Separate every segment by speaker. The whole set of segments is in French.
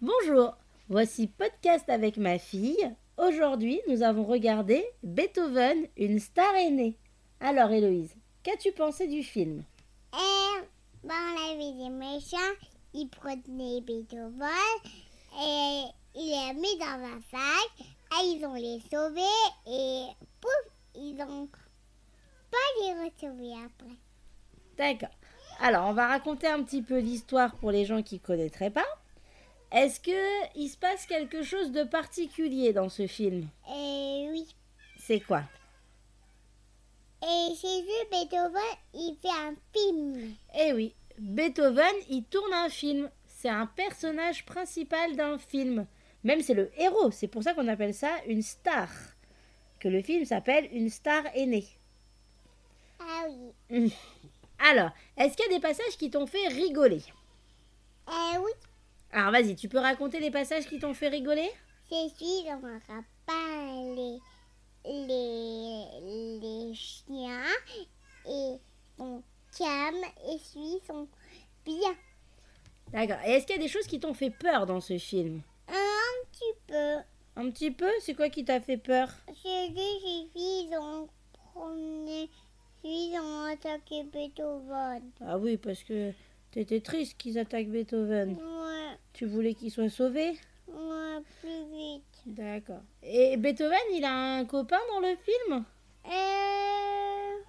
Speaker 1: Bonjour, voici Podcast avec ma fille. Aujourd'hui, nous avons regardé Beethoven, une star aînée. Alors, Héloïse, qu'as-tu pensé du film
Speaker 2: Et bon, la vie des méchants, il prenait Beethoven et il les mis dans un sac. Et ils ont les sauvés et pouf, ils ont pas les retrouvés après.
Speaker 1: D'accord. Alors, on va raconter un petit peu l'histoire pour les gens qui connaîtraient pas. Est-ce que il se passe quelque chose de particulier dans ce film
Speaker 2: Et oui.
Speaker 1: C'est quoi
Speaker 2: Et j'ai vu Beethoven, il fait un film.
Speaker 1: Eh oui, Beethoven, il tourne un film. C'est un personnage principal d'un film. Même c'est le héros. C'est pour ça qu'on appelle ça une star. Que le film s'appelle Une star aînée.
Speaker 2: Ah oui.
Speaker 1: Alors, est-ce qu'il y a des passages qui t'ont fait rigoler
Speaker 2: Et oui,
Speaker 1: Alors vas-y, tu peux raconter les passages qui t'ont fait rigoler
Speaker 2: je suis dans un rappel les, les, les chiens et son calme et suis sont bien.
Speaker 1: D'accord. Et est-ce qu'il y a des choses qui t'ont fait peur dans ce film
Speaker 2: Un petit peu.
Speaker 1: Un petit peu C'est quoi qui t'a fait peur
Speaker 2: J'ai dit, je suis en promener, je suis en attaquer Beethoven.
Speaker 1: Ah oui, parce que t'étais triste qu'ils attaquent Beethoven.
Speaker 2: Ouais,
Speaker 1: Tu voulais qu'il soit sauvé
Speaker 2: ouais, plus vite.
Speaker 1: D'accord. Et Beethoven, il a un copain dans le film
Speaker 2: Euh.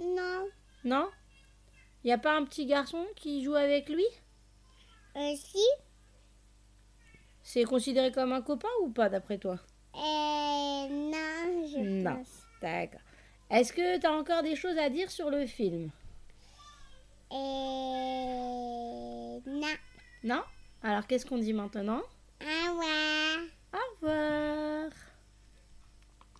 Speaker 2: Non,
Speaker 1: Non Il n'y a pas un petit garçon qui joue avec lui
Speaker 2: euh, si,
Speaker 1: C'est considéré comme un copain ou pas, d'après toi
Speaker 2: euh, non, je
Speaker 1: Non.
Speaker 2: pense.
Speaker 1: D'accord. Est-ce que t'as encore des choses à dire sur le film
Speaker 2: Euh. Non. Eh,
Speaker 1: Non Alors, qu'est-ce qu'on dit maintenant